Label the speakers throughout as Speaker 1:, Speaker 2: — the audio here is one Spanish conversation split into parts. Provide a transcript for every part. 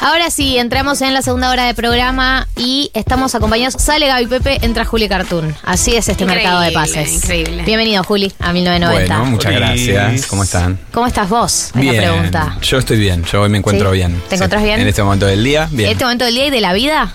Speaker 1: Ahora sí, entramos en la segunda hora de programa y estamos acompañados. Sale Gaby Pepe, entra Juli Cartoon. Así es este
Speaker 2: Increíble,
Speaker 1: mercado de pases.
Speaker 2: increíble.
Speaker 1: Bienvenido, Juli, a 1990.
Speaker 3: Bueno, muchas
Speaker 4: Feliz.
Speaker 3: gracias. ¿Cómo están?
Speaker 1: ¿Cómo estás vos? Es
Speaker 3: bien.
Speaker 1: la pregunta.
Speaker 3: Yo estoy bien. Yo hoy me encuentro
Speaker 1: ¿Sí?
Speaker 3: bien.
Speaker 1: ¿Te encontrás bien?
Speaker 3: En este momento del día, bien.
Speaker 1: ¿Este momento del día y de la vida?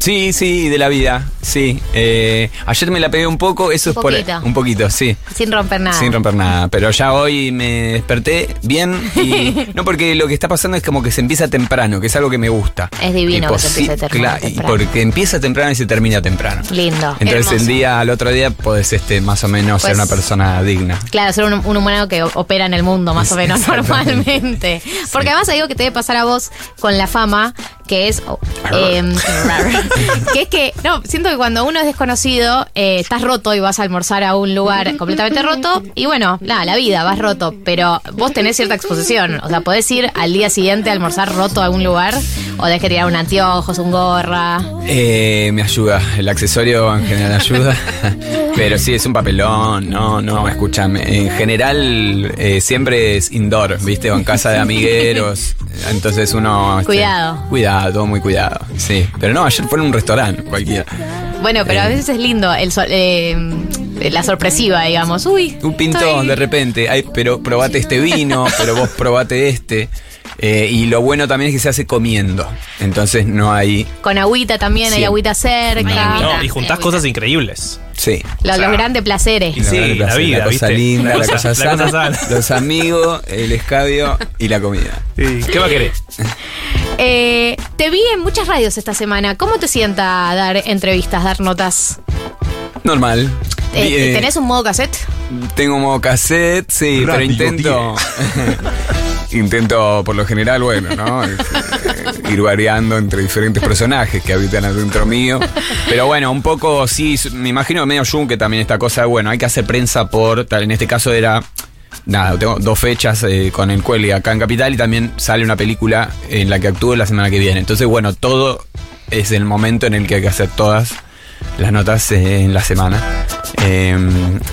Speaker 3: Sí, sí, de la vida. Sí. Eh, ayer me la pegué un poco. Eso
Speaker 1: Un
Speaker 3: es por
Speaker 1: poquito. Ah.
Speaker 3: un poquito, sí.
Speaker 1: Sin romper nada.
Speaker 3: Sin romper nada. Pero ya hoy me desperté bien. Y, no, porque lo que está pasando es como que se empieza temprano, que es algo que me gusta.
Speaker 1: Es divino
Speaker 3: Y
Speaker 1: que se
Speaker 3: posi-
Speaker 1: empiece temprano,
Speaker 3: cla- y
Speaker 1: temprano.
Speaker 3: Porque empieza temprano y se termina temprano.
Speaker 1: Lindo.
Speaker 3: Entonces
Speaker 2: Hermoso.
Speaker 3: el día al otro día podés este, más o menos ser
Speaker 1: Pues-
Speaker 3: una persona digna.
Speaker 1: Claro, ser un, un humano que o- opera en el mundo, más o menos,
Speaker 3: Exactamente.
Speaker 1: normalmente. Porque además hay algo que te debe pasar a vos con la fama, que es. oh, em, que es que, no, siento que cuando uno es desconocido, eh, estás roto y vas a almorzar a un lugar completamente roto. Y bueno, nada, la vida, vas roto. Pero vos tenés cierta exposición. O sea, podés ir al día siguiente a almorzar roto a algún lugar, o tenés que tirar un anteojos, un gorra.
Speaker 3: Eh, me ayuda, el accesorio en general ayuda, pero sí es un papelón, no, no, escúchame, en general eh, siempre es indoor, viste, o en casa de amigueros, entonces uno... este,
Speaker 1: Cuidado.
Speaker 3: cuidado, muy cuidado, sí, pero no, ayer fue en un restaurante cualquiera,
Speaker 1: Bueno, pero a
Speaker 3: Eh.
Speaker 1: veces es lindo el sol- em, la sorpresiva, digamos. Uy.
Speaker 3: un pintón
Speaker 1: estoy-
Speaker 3: de repente, ay, pero probate este vino, pero vos probate este, eh, y lo bueno también es que se hace comiendo, entonces no hay...
Speaker 1: Con agüita también, hay
Speaker 3: Sí.
Speaker 1: agüita cerca.
Speaker 4: No, y juntás
Speaker 2: Eh,
Speaker 4: cosas increíbles.
Speaker 3: Sí.
Speaker 1: Los,
Speaker 4: o sea,
Speaker 1: los grandes placeres.
Speaker 4: y- Sí, la
Speaker 3: verdad,
Speaker 4: vida,
Speaker 3: la cosa
Speaker 4: ¿viste?
Speaker 3: linda,
Speaker 4: La
Speaker 3: la
Speaker 4: cosa-
Speaker 3: cosa
Speaker 4: la
Speaker 3: sana,
Speaker 4: cosa sana.
Speaker 3: los amigos, el escabio y la comida.
Speaker 4: ¿Qué va a querer?
Speaker 1: Eh, te vi en muchas radios esta semana. ¿Cómo te sienta dar entrevistas, dar notas?
Speaker 3: Normal.
Speaker 1: Eh,
Speaker 3: Bien.
Speaker 1: ¿Tenés un modo cassette?
Speaker 3: Tengo modo cassette, sí, pero
Speaker 4: Radio
Speaker 3: intento. intento, por lo general, bueno, ¿no? Eh, Ir variando entre diferentes personajes que habitan adentro mío. Pero bueno, un poco sí, s- me imagino medio yunque también esta cosa de, bueno, hay que hacer prensa por tal. En este caso era. Nada, tengo dos fechas eh, con el Cueli acá en Capital y también sale una película en la que actúo la semana que viene. Entonces, bueno, todo es el momento en el que hay que hacer todas las notas eh, en la semana. Eh,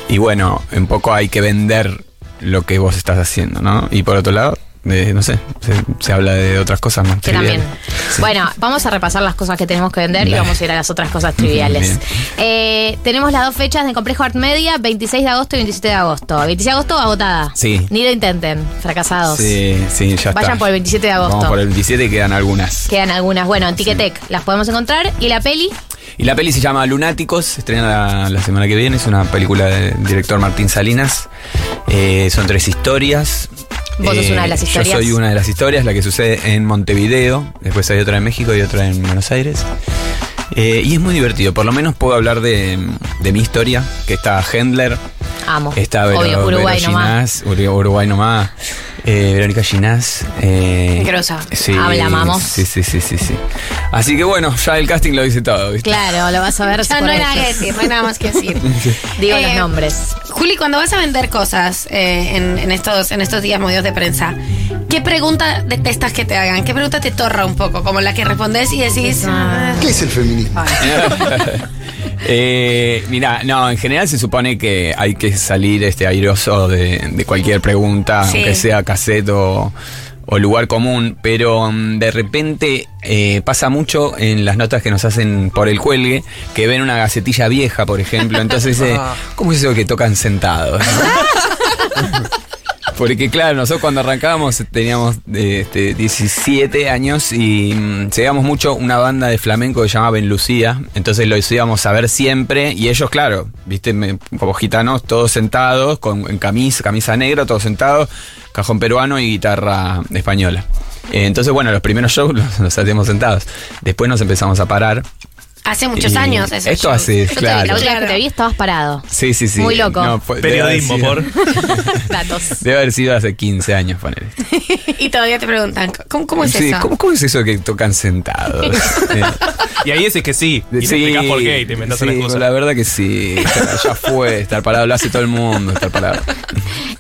Speaker 3: y bueno, un poco hay que vender lo que vos estás haciendo, ¿no? Y por otro lado, eh, no sé, se, se habla de otras cosas más
Speaker 1: Que
Speaker 3: triviales.
Speaker 1: también. Bueno, vamos a repasar las cosas que tenemos que vender y
Speaker 3: Dale.
Speaker 1: vamos a ir a las otras cosas triviales.
Speaker 3: Bien.
Speaker 1: Eh, tenemos las dos fechas de Complejo Art Media, 26 de agosto y 27 de agosto. 26 de agosto agotada.
Speaker 3: Sí.
Speaker 1: Ni lo intenten, fracasados.
Speaker 3: Sí, sí, ya está.
Speaker 1: Vayan por el 27 de agosto.
Speaker 3: Vamos por el 27 y quedan algunas.
Speaker 1: Quedan algunas. Bueno, en Ticketek las podemos encontrar. Y la peli,
Speaker 3: Y la peli se llama Lunáticos, se estrena la, la semana que viene, es una película del director Martín Salinas. Eh, son tres historias. Eh,
Speaker 1: Vos sos una de las historias.
Speaker 3: Yo soy una de las historias, la que sucede en Montevideo, después hay otra en México y otra en Buenos Aires. Eh, y es muy divertido, por lo menos puedo hablar de, de mi historia, que está Hendler,
Speaker 1: amo.
Speaker 3: está Vero-
Speaker 1: Obvio, Uruguay
Speaker 3: Vero
Speaker 1: nomás.
Speaker 3: Ginás, Uri- Uruguay nomás, eh, Verónica Ginás. eh,
Speaker 2: Grosa.
Speaker 3: sí,
Speaker 1: Habla, mamos.
Speaker 3: Sí, sí, sí, sí, sí. Así que bueno, ya el casting lo dice todo, ¿viste?
Speaker 1: Claro, lo vas a ver.
Speaker 2: Ya
Speaker 1: por
Speaker 2: no hay
Speaker 1: ellos.
Speaker 2: nada que decir, no hay nada más que decir.
Speaker 1: Digo los
Speaker 2: Eh,
Speaker 1: nombres.
Speaker 2: Juli, cuando vas a vender cosas eh, en, en estos, en estos días movidos de prensa, ¿qué pregunta detestas que te hagan? ¿Qué pregunta te torra un poco? Como la que respondes y decís. "Ah".
Speaker 5: ¿Qué es el feminismo?
Speaker 3: eh, mira, no, en general se supone que hay que salir este airoso de, de cualquier pregunta,
Speaker 2: Sí.
Speaker 3: aunque sea cassette o, o lugar común, pero mm, de repente eh, pasa mucho en las notas que nos hacen por el cuelgue, que ven una gacetilla vieja, por ejemplo, entonces, eh, ¿cómo es eso que tocan sentados? Porque claro, nosotros cuando arrancábamos teníamos eh, este, 17 años y mm, seguíamos mucho una banda de flamenco que se llamaba Ben Lucía, entonces lo íbamos a ver siempre y ellos, claro, viste, me- como gitanos, todos sentados, con, en camisa, camisa negra, todos sentados, cajón peruano y guitarra española. Eh, entonces, bueno, los primeros shows los, los hacíamos sentados, después nos empezamos a parar.
Speaker 2: Hace muchos
Speaker 3: Y
Speaker 2: años eso.
Speaker 3: esto hace,
Speaker 1: Yo te vi, la
Speaker 3: claro.
Speaker 1: última vez que te vi estabas parado.
Speaker 3: Sí, sí, sí.
Speaker 1: Muy loco.
Speaker 3: No, fue- debe haber
Speaker 4: Periodismo,
Speaker 3: sido-
Speaker 4: por.
Speaker 1: Datos.
Speaker 3: Debe haber sido hace 15 años, ponele.
Speaker 2: Y todavía te preguntan, ¿cómo, cómo es
Speaker 3: Sí,
Speaker 2: eso?
Speaker 3: ¿cómo, cómo es eso que tocan sentados? Eh,
Speaker 4: Y ahí ese que sí. Y te explicás por qué y te inventás
Speaker 3: sí,
Speaker 4: una excusa.
Speaker 3: La verdad que sí. Ya, ya fue estar parado, lo hace todo el mundo estar parado.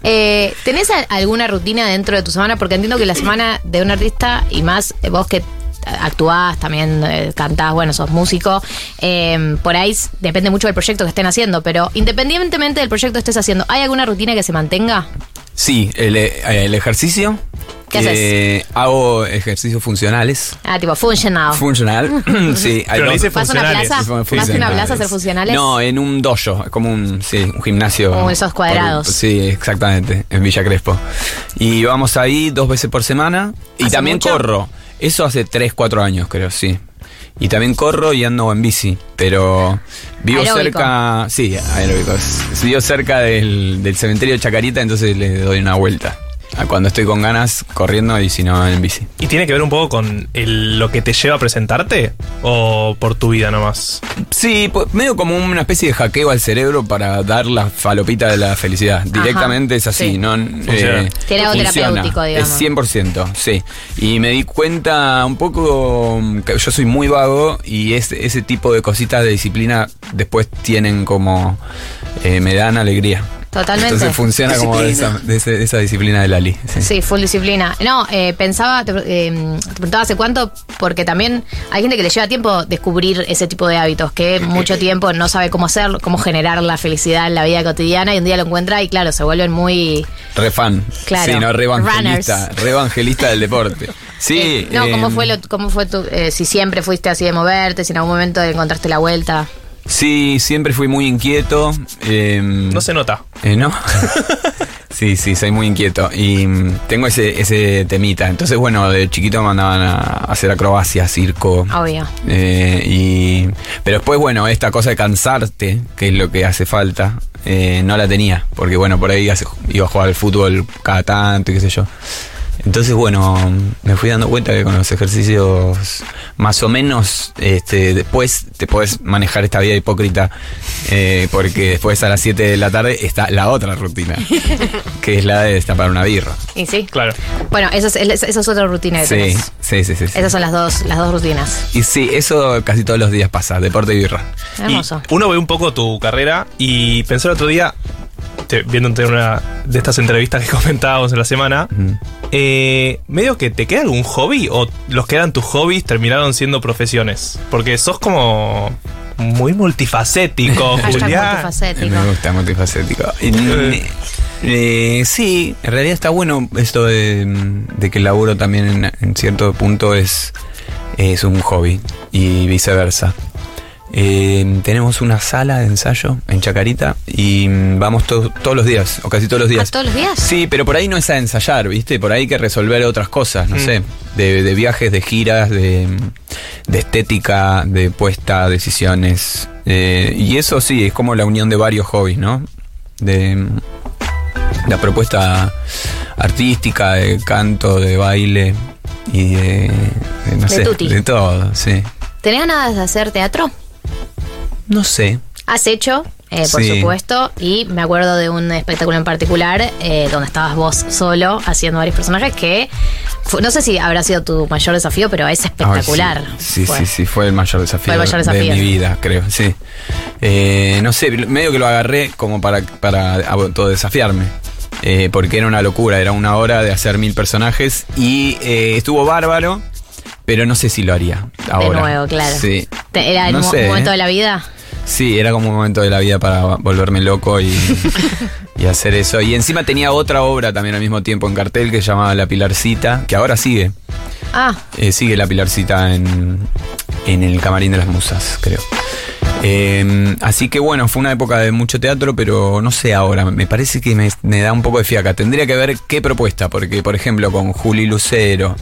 Speaker 1: Eh, ¿Tenés a- alguna rutina dentro de tu semana? Porque entiendo que la semana de un artista y más eh, vos que eh, actuás, también eh, cantás, bueno, sos músico, eh, por ahí s- depende mucho del proyecto que estén haciendo, pero independientemente del proyecto que estés haciendo, ¿hay alguna rutina que se mantenga?
Speaker 3: Sí, el, eh, el ejercicio,
Speaker 1: ¿Qué
Speaker 3: Eh, Hago ejercicios funcionales.
Speaker 1: Ah, tipo, funcionado.
Speaker 3: Funcional. sí, hay
Speaker 4: Pero le
Speaker 3: dos.
Speaker 4: dice
Speaker 1: ¿Vas a una
Speaker 4: funcionales.
Speaker 1: plaza? ¿Vas a una plaza a hacer funcionales?
Speaker 3: No, en un dojo, es como un, sí, un gimnasio.
Speaker 1: Como esos cuadrados.
Speaker 3: Por- sí, exactamente, en Villa Crespo. Y vamos ahí dos veces por semana. Y
Speaker 1: ¿Hace
Speaker 3: también
Speaker 1: mucho?
Speaker 3: corro. Eso hace 3, 4 años, creo, sí. Y también corro y ando en bici, pero vivo
Speaker 1: Aeróbico.
Speaker 3: cerca, sí, aeróbico. S- Vivo cerca del, del cementerio de Chacarita, entonces le doy una vuelta. A Cuando estoy con ganas corriendo y si no en bici.
Speaker 4: ¿Y tiene que ver un poco con el- lo que te lleva a presentarte? ¿O por tu vida nomás?
Speaker 3: Sí, po- medio como una especie de hackeo al cerebro para dar la falopita de la felicidad. Directamente es así,
Speaker 1: sí.
Speaker 3: ¿no? Eh,
Speaker 4: Funciona.
Speaker 1: Tiene algo
Speaker 3: funciona.
Speaker 1: terapéutico, digamos.
Speaker 3: Es 100%, sí. Y me di cuenta un poco mm, que yo soy muy vago y es- ese tipo de cositas de disciplina después tienen como... eh, me dan alegría.
Speaker 1: Totalmente.
Speaker 3: Entonces funciona como de esa,
Speaker 5: Disciplina.
Speaker 3: de ese- de esa disciplina de Lali. Sí.
Speaker 1: Sí, full disciplina. No, eh, pensaba, te, pre- eh, te preguntaba hace cuánto, porque también hay gente que le lleva tiempo descubrir ese tipo de hábitos,
Speaker 3: Eh,
Speaker 1: que mucho tiempo no sabe cómo hacerlo, cómo generar la felicidad en la vida cotidiana y un día lo encuentra y claro, se vuelven muy...
Speaker 3: Re fan.
Speaker 1: Claro.
Speaker 3: Sí, no, re evangelista.
Speaker 1: Runners.
Speaker 3: Re evangelista del deporte. Sí.
Speaker 1: Eh, no, ¿cómo
Speaker 3: em,
Speaker 1: fue, lo- cómo fue tu, eh, si siempre fuiste así de moverte, si en algún momento encontraste la vuelta?
Speaker 3: Sí, siempre fui muy inquieto. em,
Speaker 4: No se nota.
Speaker 3: eh, ¿No? sí, sí, soy muy inquieto. Y mm, tengo ese, ese temita. Entonces, bueno, de chiquito me mandaban a hacer acrobacias, circo.
Speaker 1: Obvio.
Speaker 3: Eh, y, pero después, bueno, esta cosa de cansarte, que es lo que hace falta, eh, no la tenía. Porque, bueno, por ahí hace- iba a jugar al fútbol cada tanto y qué sé yo. Entonces, bueno, me fui dando cuenta que con los ejercicios, más o menos, este, después te podés manejar esta vida hipócrita. eh, porque después a las 7 de la tarde está la otra rutina, que es la de destapar una birra.
Speaker 1: ¿Y sí?
Speaker 4: Claro.
Speaker 1: Bueno, esa es, esa es otra rutina que
Speaker 3: Sí,
Speaker 1: tenés.
Speaker 3: sí, sí, sí, sí.
Speaker 1: Esas son las dos, las dos rutinas.
Speaker 3: Y sí, eso casi todos los días pasa, deporte y birra.
Speaker 1: Hermoso.
Speaker 4: Y uno ve un poco tu carrera y pensé el otro día, te- viéndote en una de estas entrevistas que comentábamos en la semana,
Speaker 3: Ujú.
Speaker 4: eh, medio que te queda algún hobby o los que eran tus hobbies terminaron siendo profesiones. Porque sos como muy multifacético,
Speaker 1: Hashtag
Speaker 4: Julián.
Speaker 1: multifacético.
Speaker 3: Me gusta multifacético. Y, mm, eh, sí, en realidad está bueno esto de, mm, de que el laburo también en, en cierto punto es, es un hobby y viceversa. Eh, tenemos una sala de ensayo en Chacarita y mm, vamos to- todos los días, o casi todos los días.
Speaker 1: ¿Ah, todos los días?
Speaker 3: Sí, pero por ahí no es a ensayar, ¿viste? Por ahí hay que resolver otras cosas, no
Speaker 4: Mm.
Speaker 3: sé. De, de viajes, de giras, de, de estética, de puesta, decisiones. Eh, y eso sí, es como la unión de varios hobbies, ¿no? De la propuesta artística, de canto, de baile y de. de, no
Speaker 1: De
Speaker 3: sé,
Speaker 1: tutti.
Speaker 3: de todo, sí.
Speaker 1: ¿Tenés ganas de hacer teatro?
Speaker 3: No sé.
Speaker 1: Has hecho, eh, por
Speaker 3: Sí.
Speaker 1: supuesto, y me acuerdo de un espectáculo en particular eh, donde estabas vos solo haciendo varios personajes que fu- no sé si habrá sido tu mayor desafío, pero es espectacular.
Speaker 3: Ay, sí, sí,
Speaker 1: Fue.
Speaker 3: sí, sí, fue el mayor desafío,
Speaker 1: Fue el mayor
Speaker 3: de
Speaker 1: desafío.
Speaker 3: mi vida, creo, sí. Eh, no sé, medio que lo agarré como para, para autodesafiarme. eh, porque era una locura, era una hora de hacer mil personajes y eh, estuvo bárbaro, pero no sé si lo haría ahora.
Speaker 1: De nuevo, claro.
Speaker 3: Sí.
Speaker 1: Te- Era el
Speaker 3: No
Speaker 1: mo-
Speaker 3: sé,
Speaker 1: momento
Speaker 3: ¿eh?
Speaker 1: de la vida.
Speaker 3: Sí, era como un momento de la vida para volverme loco y, y hacer eso. Y encima tenía otra obra también al mismo tiempo en cartel que se llamaba La Pilarcita, que ahora sigue.
Speaker 1: Ah,
Speaker 3: Eh, sigue la pilarcita en, en el camarín de las musas, creo. Eh, así que bueno, fue una época de mucho teatro, pero no sé ahora, me parece que me, me da un poco de fiaca. Tendría que ver qué propuesta, porque por ejemplo con Juli Lucero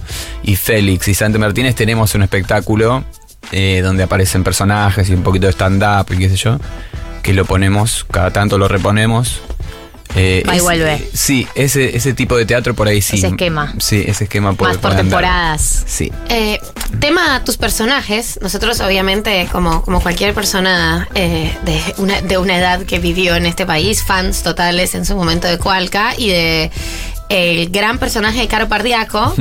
Speaker 3: y Félix y Santi Martínez tenemos un espectáculo eh, donde aparecen personajes y un poquito de stand-up y qué sé yo, que lo ponemos, cada tanto lo reponemos. Eh,
Speaker 1: Va y
Speaker 3: ese-
Speaker 1: vuelve.
Speaker 3: Sí, ese, ese tipo de teatro por ahí sí.
Speaker 1: Ese esquema.
Speaker 3: Sí, ese esquema puede
Speaker 1: más por
Speaker 3: puede andar.
Speaker 1: temporadas.
Speaker 3: Sí.
Speaker 2: Eh, tema tus personajes. Nosotros, obviamente, como, como cualquier persona eh, de, una, de una edad que vivió en este país, fans totales en su momento de Cualca y de el gran personaje de Caro Pardiaco.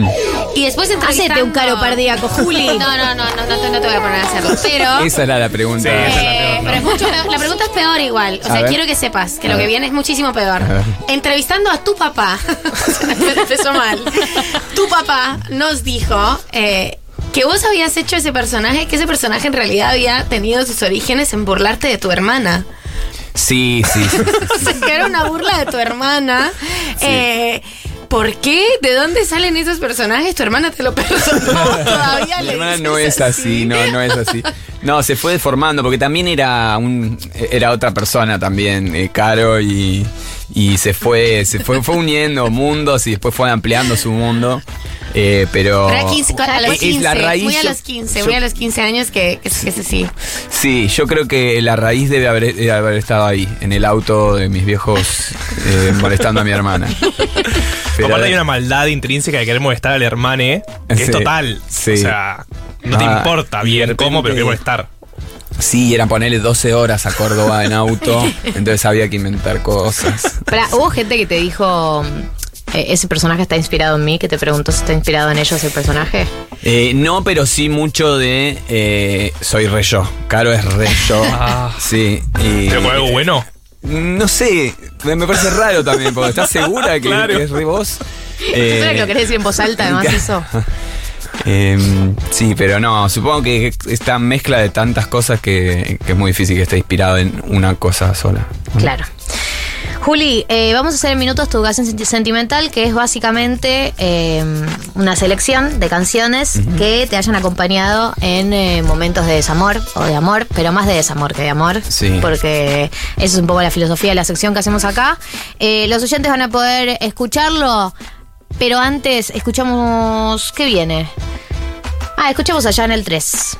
Speaker 2: Y después
Speaker 1: Hmm.
Speaker 2: entrevistando...
Speaker 1: Hacete un Caro Pardiaco, Juli.
Speaker 2: No, no, no, no, no, te- no te voy a poner a hacerlo. Pero...
Speaker 3: Esa era la pregunta.
Speaker 4: Sí, esa era
Speaker 2: Eh, pero es mucho peor. La pregunta es peor igual. O
Speaker 3: A
Speaker 2: sea,
Speaker 3: ver.
Speaker 2: quiero que sepas que
Speaker 3: A
Speaker 2: lo que
Speaker 3: ver.
Speaker 2: viene es muchísimo peor.
Speaker 3: ver.
Speaker 2: Entrevistando a tu papá, empezó mal. Tu papá nos dijo eh, que vos habías hecho ese personaje, que ese personaje en realidad había tenido sus orígenes en burlarte de tu hermana.
Speaker 3: Sí, sí. sí.
Speaker 2: O sea, que era una burla de tu hermana. Eh, ¿por qué? ¿De dónde salen esos personajes? Tu hermana te lo perdonó. Todavía
Speaker 3: Mi
Speaker 2: le
Speaker 3: hermana
Speaker 2: dices
Speaker 3: no es así, no, no es así. No, se fue deformando porque también era un era otra persona también, eh, Caro y, y se fue se fue fue uniendo mundos y después fue ampliando su mundo. eh, pero
Speaker 2: Pero a, 15, a los
Speaker 3: Es- es
Speaker 2: 15,
Speaker 3: la raíz,
Speaker 2: Oh. muy a
Speaker 3: yo-
Speaker 2: los 15,
Speaker 3: yo-
Speaker 2: muy a los 15 años que, que, que se sí.
Speaker 3: Sí, yo creo que la raíz debe haber, de haber estado ahí, en el auto de mis viejos eh, molestando a mi hermana. Pero-
Speaker 4: Aparte hay una maldad intrínseca de querer molestar al hermano, ¿eh? que es
Speaker 3: Sí,
Speaker 4: total.
Speaker 3: sí.
Speaker 4: O sea, no te
Speaker 3: Ah,
Speaker 4: importa
Speaker 3: y de
Speaker 4: bien cómo,
Speaker 3: repente-
Speaker 4: pero querés molestar.
Speaker 3: Sí, eran ponerle 12 horas a Córdoba en auto, entonces había que inventar cosas.
Speaker 1: Pará, hubo gente que te dijo. mm, eh, ese personaje está inspirado en mí, que te preguntó si está inspirado en ellos el personaje.
Speaker 3: Eh, no, pero sí mucho de eh, soy re yo. Caro es re yo.
Speaker 4: Ah.
Speaker 3: Sí. y-
Speaker 4: Pero con algo bueno.
Speaker 3: No sé, me me parece raro también, porque estás segura que,
Speaker 4: Claro.
Speaker 3: que es re vos.
Speaker 1: ¿Tú
Speaker 3: Eh,
Speaker 1: sabes lo querés decir en voz alta, además, eso?
Speaker 3: Em, sí, pero no, supongo que es esta mezcla de tantas cosas que, que es muy difícil que esté inspirado en una cosa sola.
Speaker 1: Claro. Juli, eh, vamos a hacer en minutos tu canción senti- sentimental, que es básicamente eh, una selección de canciones que te hayan acompañado en eh, momentos de desamor o de amor, pero más de desamor que de amor,
Speaker 3: Sí.
Speaker 1: porque esa es un poco la filosofía de la sección que hacemos acá. Eh, los oyentes van a poder escucharlo, pero antes escuchamos... ¿Qué viene? Ah, escuchamos allá en el 3.